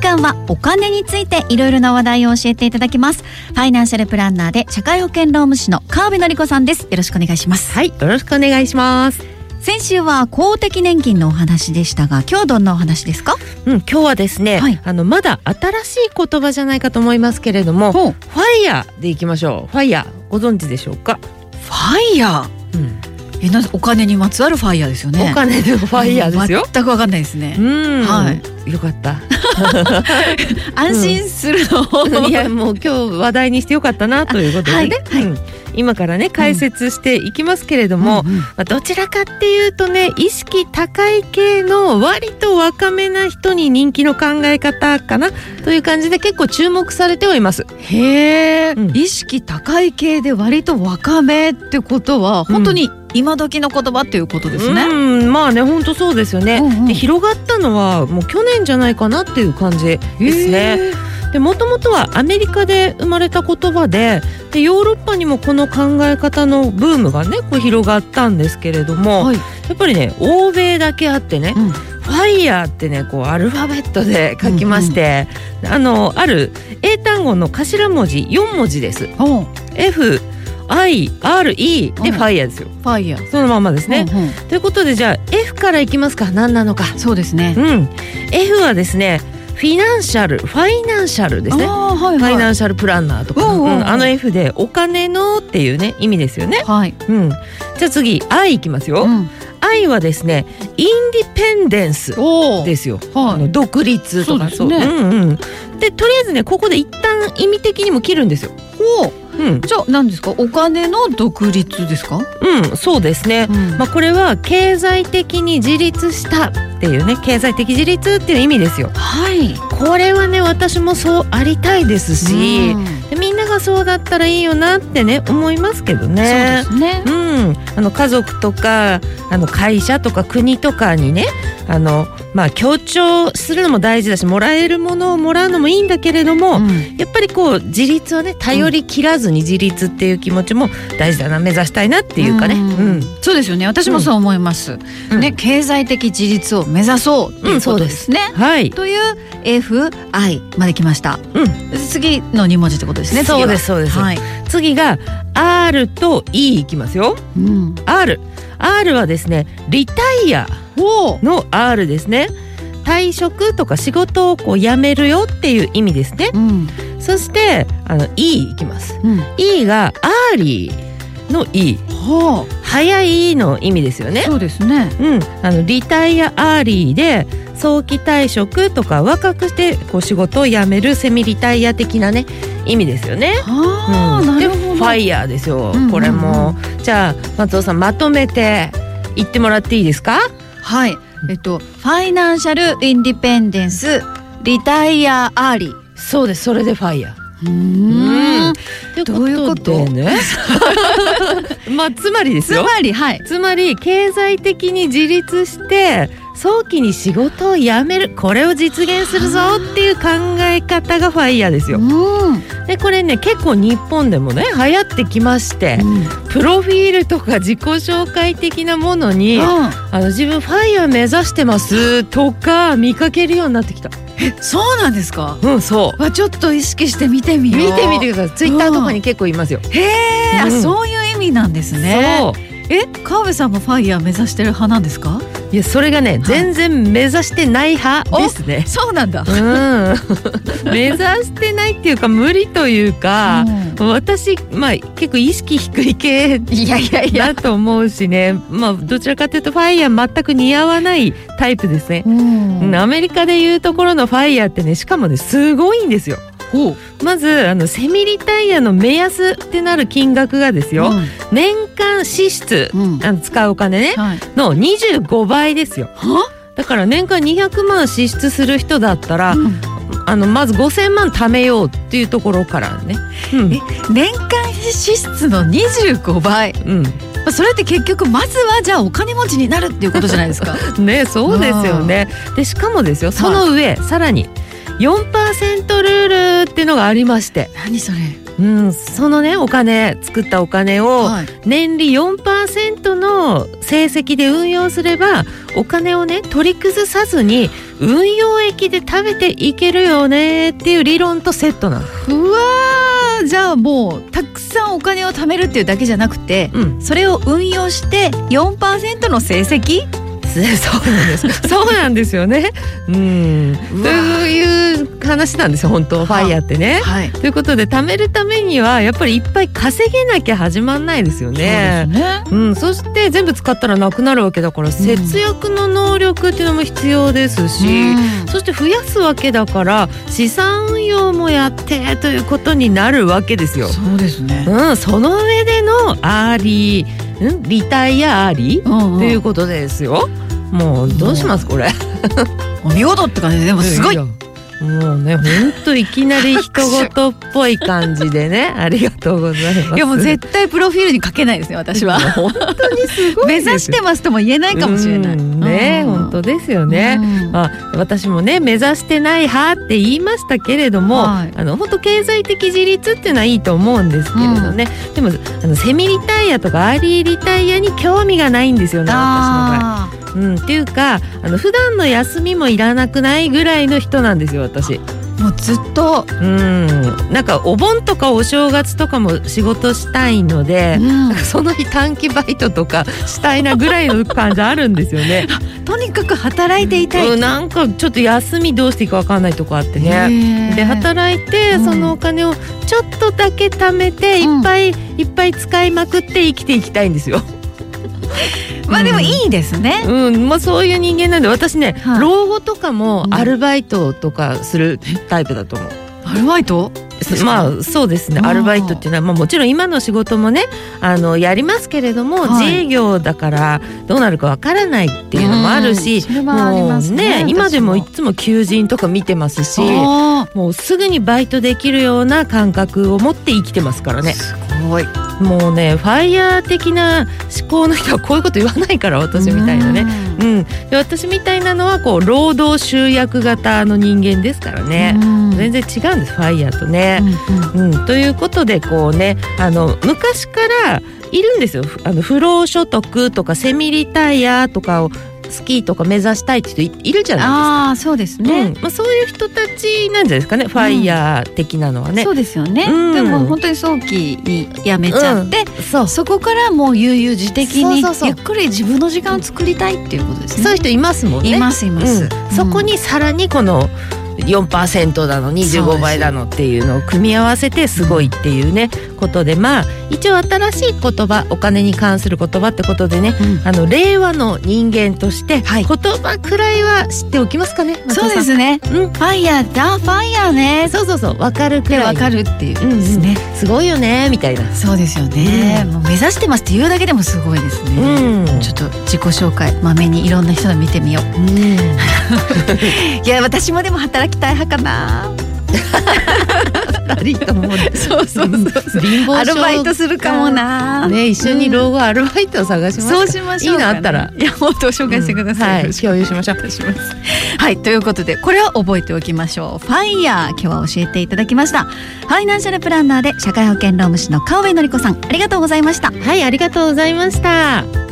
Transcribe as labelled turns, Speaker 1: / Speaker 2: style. Speaker 1: 間はお金についていろいろな話題を教えていただきますファイナンシャルプランナーで社会保険労務士の川辺典子さんですよろしくお願いします
Speaker 2: はいよろしくお願いします
Speaker 1: 先週は公的年金のお話でしたが今日はどんなお話ですか
Speaker 2: うん今日はですね、
Speaker 1: はい
Speaker 2: あのまだ新しい言葉じゃないかと思いますけれどもフ
Speaker 1: ほう
Speaker 2: ァイヤーでいきましょうファイヤーご存知でしょうか、
Speaker 1: ファイヤー
Speaker 2: うん
Speaker 1: えなお金にまつわるファイヤーですよね
Speaker 2: お金でもファイヤーですよ
Speaker 1: 全くわかんないですね
Speaker 2: うん、
Speaker 1: は
Speaker 2: よかった
Speaker 1: 安心するのを、
Speaker 2: いやもう今日話題にしてよかったなということでね、
Speaker 1: あはいはい
Speaker 2: うん今からね解説していきますけれども、
Speaker 1: うんうん
Speaker 2: まあどちらかっていうとね意識高い系の割と若めな人に人気の考え方かなという感じで結構注目されてはいます。
Speaker 1: へえ、
Speaker 2: うん
Speaker 1: 意識高い系で割と若めってことは本当に今時の言葉っていうことですね、
Speaker 2: うんまあね本当そうですよね。
Speaker 1: うんうん
Speaker 2: で広がったのはもう去年じゃないかなっていう感じですね。
Speaker 1: へえ
Speaker 2: で元々はアメリカで生まれた言葉ででヨーロッパにもこの考え方のブームがねこう広がったんですけれども、
Speaker 1: はい
Speaker 2: やっぱりね欧米だけあってね
Speaker 1: うん
Speaker 2: ファイヤーってねこうアルファベットで書きまして、あのある英単語の頭文字4文字です
Speaker 1: おうフうん
Speaker 2: FIRE でファイヤーですよ
Speaker 1: ァイヤー
Speaker 2: そのまんまですね、
Speaker 1: うんうん
Speaker 2: ということでじゃあ F からいきますか何なのか
Speaker 1: そうですね
Speaker 2: うん F はですねフィナンシャルファイナンシャルですね
Speaker 1: あーはい
Speaker 2: ファイナ
Speaker 1: はい
Speaker 2: ンシャルプランナーとか、
Speaker 1: うんうんうん
Speaker 2: うんあの F でお金のっていうね意味ですよね
Speaker 1: はい、
Speaker 2: うんじゃあ次 I いきますよ、
Speaker 1: うん
Speaker 2: I はですねインディペンデンス
Speaker 1: おお
Speaker 2: ですよあ
Speaker 1: は
Speaker 2: の
Speaker 1: い
Speaker 2: 独立とか
Speaker 1: そうですね
Speaker 2: うんうん、でとりあえずねここで一旦意味的にも切るんですよ。
Speaker 1: おう
Speaker 2: うん、
Speaker 1: じゃあ何ですかお金の独立ですか、
Speaker 2: うん、そうですね。
Speaker 1: うん
Speaker 2: まあこれは経済的に自立したっていうね経済的自立っていう意味ですよ。
Speaker 1: はい
Speaker 2: これはね私もそうありたいですし、
Speaker 1: うん
Speaker 2: でみんながそうだったらいいよなってね思いますけど
Speaker 1: そうで
Speaker 2: ね。
Speaker 1: すね
Speaker 2: うん、あの家族とかあの会社とか国とかにねあの、まあ、協調するのも大事だしもらえるものをもらうのもいいんだけれども、
Speaker 1: うん
Speaker 2: やっぱりこう自立をね頼り切らずに自立っていう気持ちも大事だな目指したいなっていうかね。うん
Speaker 1: んそうですよね私もそう思います、
Speaker 2: うん
Speaker 1: ね経済的自立を目指そうっていうことですね、
Speaker 2: はい、
Speaker 1: という FI まで来ました、
Speaker 2: う
Speaker 1: 次の二文字ってことですね次は
Speaker 2: そうですそうです、
Speaker 1: はい、
Speaker 2: 次が R と E いきますよ
Speaker 1: うん、
Speaker 2: RR はですねリタイア
Speaker 1: おお
Speaker 2: の R ですね退職とか仕事をこう辞めるよっていう意味ですね
Speaker 1: うん
Speaker 2: そしてあの E いきます
Speaker 1: うん
Speaker 2: E がアーリーの E
Speaker 1: はあ
Speaker 2: 早いの意味ですよね
Speaker 1: そうですね
Speaker 2: うん、あのリタイアアーリーで早期退職とか若くしてこう仕事を辞めるセミリタイア的なね意味ですよね。
Speaker 1: はあ、
Speaker 2: うん、
Speaker 1: な
Speaker 2: で
Speaker 1: る
Speaker 2: フ
Speaker 1: ほど
Speaker 2: ァイヤーですよ、
Speaker 1: うんうんうん
Speaker 2: これもじゃあ松尾さんまとめて言ってもらっていいですか
Speaker 1: はいえっとファイナンシャルインディペンデンスリタイアアーリー
Speaker 2: そうですそれでファイヤー。
Speaker 1: うーん
Speaker 2: という
Speaker 1: どういうこ
Speaker 2: こととでね まあつまりです
Speaker 1: つ
Speaker 2: よ
Speaker 1: まりはい
Speaker 2: つまり経済的に自立して早期に仕事を辞めるこれを実現するぞっていう考え方がファイヤーですよ。
Speaker 1: うん、うん
Speaker 2: でこれね結構日本でもね流行ってきましてプロフィールとか自己紹介的なものにあ
Speaker 1: あ
Speaker 2: の自分ファイヤー目指してますとか見かけるようになってきた
Speaker 1: そうなんですか
Speaker 2: うんそ
Speaker 1: わちょっと意識して見てみ
Speaker 2: う
Speaker 1: よう
Speaker 2: 見てみてくださいツイッターとかに結構いますよ、
Speaker 1: へえ、あ
Speaker 2: うん
Speaker 1: そういう意味なんですね
Speaker 2: そう
Speaker 1: え川辺さんもファイヤー目指してる派なんですか
Speaker 2: いやそれがね
Speaker 1: い
Speaker 2: 全然目指してない派ですね
Speaker 1: そうなんだ
Speaker 2: うん 目指してないっていうか無理というか、私、まあ、結構意識低い系
Speaker 1: いやいやいや
Speaker 2: だと思うしね、まあ、どちらかというとファイヤー全く似合わないタイプですね。
Speaker 1: うん
Speaker 2: アメリカでいうところのファイヤーってねしかもねすごいんですよ。まずあのセミリタイヤの目安ってなる金額がですよ、年間支出
Speaker 1: うんうん
Speaker 2: あの使うお金ね
Speaker 1: はい
Speaker 2: の25倍ですよ。
Speaker 1: は
Speaker 2: だから年間200万支出する人だったら、
Speaker 1: うん
Speaker 2: あのまず5,000万貯めようっていうところからね。うん
Speaker 1: え年間支出の25倍
Speaker 2: うん
Speaker 1: まあそれって結局まずはじゃあお金持ちになるっていうことじゃないですか
Speaker 2: ねそうですよね。でしかもですよその上、さらに4%ルールっていうのがありまして、
Speaker 1: 何それ
Speaker 2: うん、そのねお金作ったお金を
Speaker 1: はい
Speaker 2: 年利4%の成績で運用すればお金をね取り崩さずに運用益で食べていけるよねっていう理論とセットなの、
Speaker 1: うわーじゃあもうたくさんお金を貯めるっていうだけじゃなくて
Speaker 2: うん、
Speaker 1: それを運用して4%の成績
Speaker 2: そうなんです そうなんですよねうん
Speaker 1: う
Speaker 2: と
Speaker 1: わ
Speaker 2: いう話なんですよ本当ファイヤーってね
Speaker 1: はい
Speaker 2: ということで貯めるためにはやっぱりいっぱい稼げなきゃ始まんないですよね
Speaker 1: そうですね
Speaker 2: うん、そして全部使ったらなくなるわけだから節約の能力っていうのも必要ですし、そして増やすわけだから資産運用もやってということになるわけですよ。
Speaker 1: そうですね
Speaker 2: うん、その上でのアーリー、んリタイアアーリー
Speaker 1: う
Speaker 2: と
Speaker 1: ん
Speaker 2: い
Speaker 1: うん
Speaker 2: うことですよ。もうどうしますこれ。
Speaker 1: お見事って感じででもすごい
Speaker 2: ややもうね、ほんといきなり人事っぽい感じで ね、ありがとうございます。
Speaker 1: いやもう絶対プロフィールに書けないですね私は
Speaker 2: 本当にすごい
Speaker 1: 目
Speaker 2: ですよ
Speaker 1: 指してますとも言えないかもしれない
Speaker 2: うんね、本当ですよね。
Speaker 1: ね
Speaker 2: まあ、私もね目指してない派って言いましたけれども、
Speaker 1: はい
Speaker 2: あの本当経済的自立っていうのはいいと思うんですけれどね、でもあのセミリタイアとかアーリーリタイアに興味がないんですよね私
Speaker 1: あー
Speaker 2: の場合。うん、っていうかあの普段の休みもいらなくないぐらいの人なんですよ私。
Speaker 1: もうずっと
Speaker 2: うんなんかお盆とかお正月とかも仕事したいので。
Speaker 1: うん
Speaker 2: その日短期バイトとかしたいなぐらいの感じあるんですよね。
Speaker 1: とにかく働いていたい
Speaker 2: うんなんかちょっと休みどうしていいかわかんないとこあってね。
Speaker 1: ね
Speaker 2: で働いて、
Speaker 1: うん
Speaker 2: そのお金をちょっとだけ貯めて、
Speaker 1: うん
Speaker 2: いっぱいいっぱい使いまくって生きていきたいんですよ。
Speaker 1: まあでもいいですね
Speaker 2: うん、まあそういう人間なんで私ね、
Speaker 1: はい
Speaker 2: 老後とかも
Speaker 1: うん
Speaker 2: アルバイトとかするタイプだと思う。
Speaker 1: アルバイトうん
Speaker 2: まあそうですね
Speaker 1: あー
Speaker 2: アルバイトっていうのは、まあ、もちろん今の仕事もねあのやりますけれども、
Speaker 1: はい
Speaker 2: 自営業だからどうなるかわからないっていうのもあるし、
Speaker 1: うんそれはあり
Speaker 2: も
Speaker 1: ま
Speaker 2: う
Speaker 1: すね
Speaker 2: ね今でもい
Speaker 1: 私
Speaker 2: つも求人とか見てますし
Speaker 1: あ
Speaker 2: もうすぐにバイトできるような感覚を持って生きてますから
Speaker 1: ー
Speaker 2: ね
Speaker 1: すごい
Speaker 2: もうねファイヤー的な思考の人はこういうこと言わないから私みたいなね。
Speaker 1: うん
Speaker 2: うん、で私みたいなのはこう労働集約型の人間ですからね、
Speaker 1: うん
Speaker 2: 全然違うんですファイヤーとね。
Speaker 1: うんうん
Speaker 2: うん、ということでこうねあの昔からいるんですよふあの不労所得とかセミリタイヤとかをスキーとか目指したいって人いいるじゃな
Speaker 1: ああそうです
Speaker 2: いですか。
Speaker 1: ね
Speaker 2: うんまあ、そういう人たちなんじゃないですかね、ファイヤー的なのはね
Speaker 1: そ。うですよね
Speaker 2: うん
Speaker 1: でも本当に早期に辞めちゃって
Speaker 2: そう
Speaker 1: そこからもう悠々自適に
Speaker 2: そうそうそう
Speaker 1: ゆっくり自分の時間を作りたいっていうことですね
Speaker 2: そういう人いますもん
Speaker 1: い
Speaker 2: ね。
Speaker 1: ますいます、
Speaker 2: うんそこにさらにこの4%だの25倍だのっていうのを組み合わせてすごいっていうねことでまあ一応新しい言葉お金に関する言葉ってことでね
Speaker 1: うん、うん
Speaker 2: あの令和の人間として、
Speaker 1: はい
Speaker 2: 言葉くらいは知っておきますかね。。
Speaker 1: そうですすね
Speaker 2: うん。
Speaker 1: ファイヤーだファイヤーね
Speaker 2: そうそうそう、わかるく
Speaker 1: で
Speaker 2: らい。
Speaker 1: わかるっていう
Speaker 2: うんうん
Speaker 1: ですね、
Speaker 2: すごいよねみたいな。
Speaker 1: そうですよね、
Speaker 2: う
Speaker 1: もう目指してますって言うだけでもすごいです
Speaker 2: う
Speaker 1: ね、
Speaker 2: ん。
Speaker 1: ちょっと自己紹介まめにいろんな人の見てみよう
Speaker 2: うん
Speaker 1: いや私もでも働きたい派かな
Speaker 2: 二人ともね。
Speaker 1: そうそうそう
Speaker 2: うん貧乏症
Speaker 1: アルバイトするかもな、
Speaker 2: ね、一緒に老後アルバイトを探しますか。
Speaker 1: そうしましょうかね
Speaker 2: いいのあったら
Speaker 1: いやもうご紹介してください、
Speaker 2: うんはい共有しましょう
Speaker 1: お願いしますはいということでこれは覚えておきましょうファイヤー今日は教えていただきましたファイナンシャルプランナーで社会保険労務士の川上典子さんありがとうございました
Speaker 2: はい、ありがとうございました。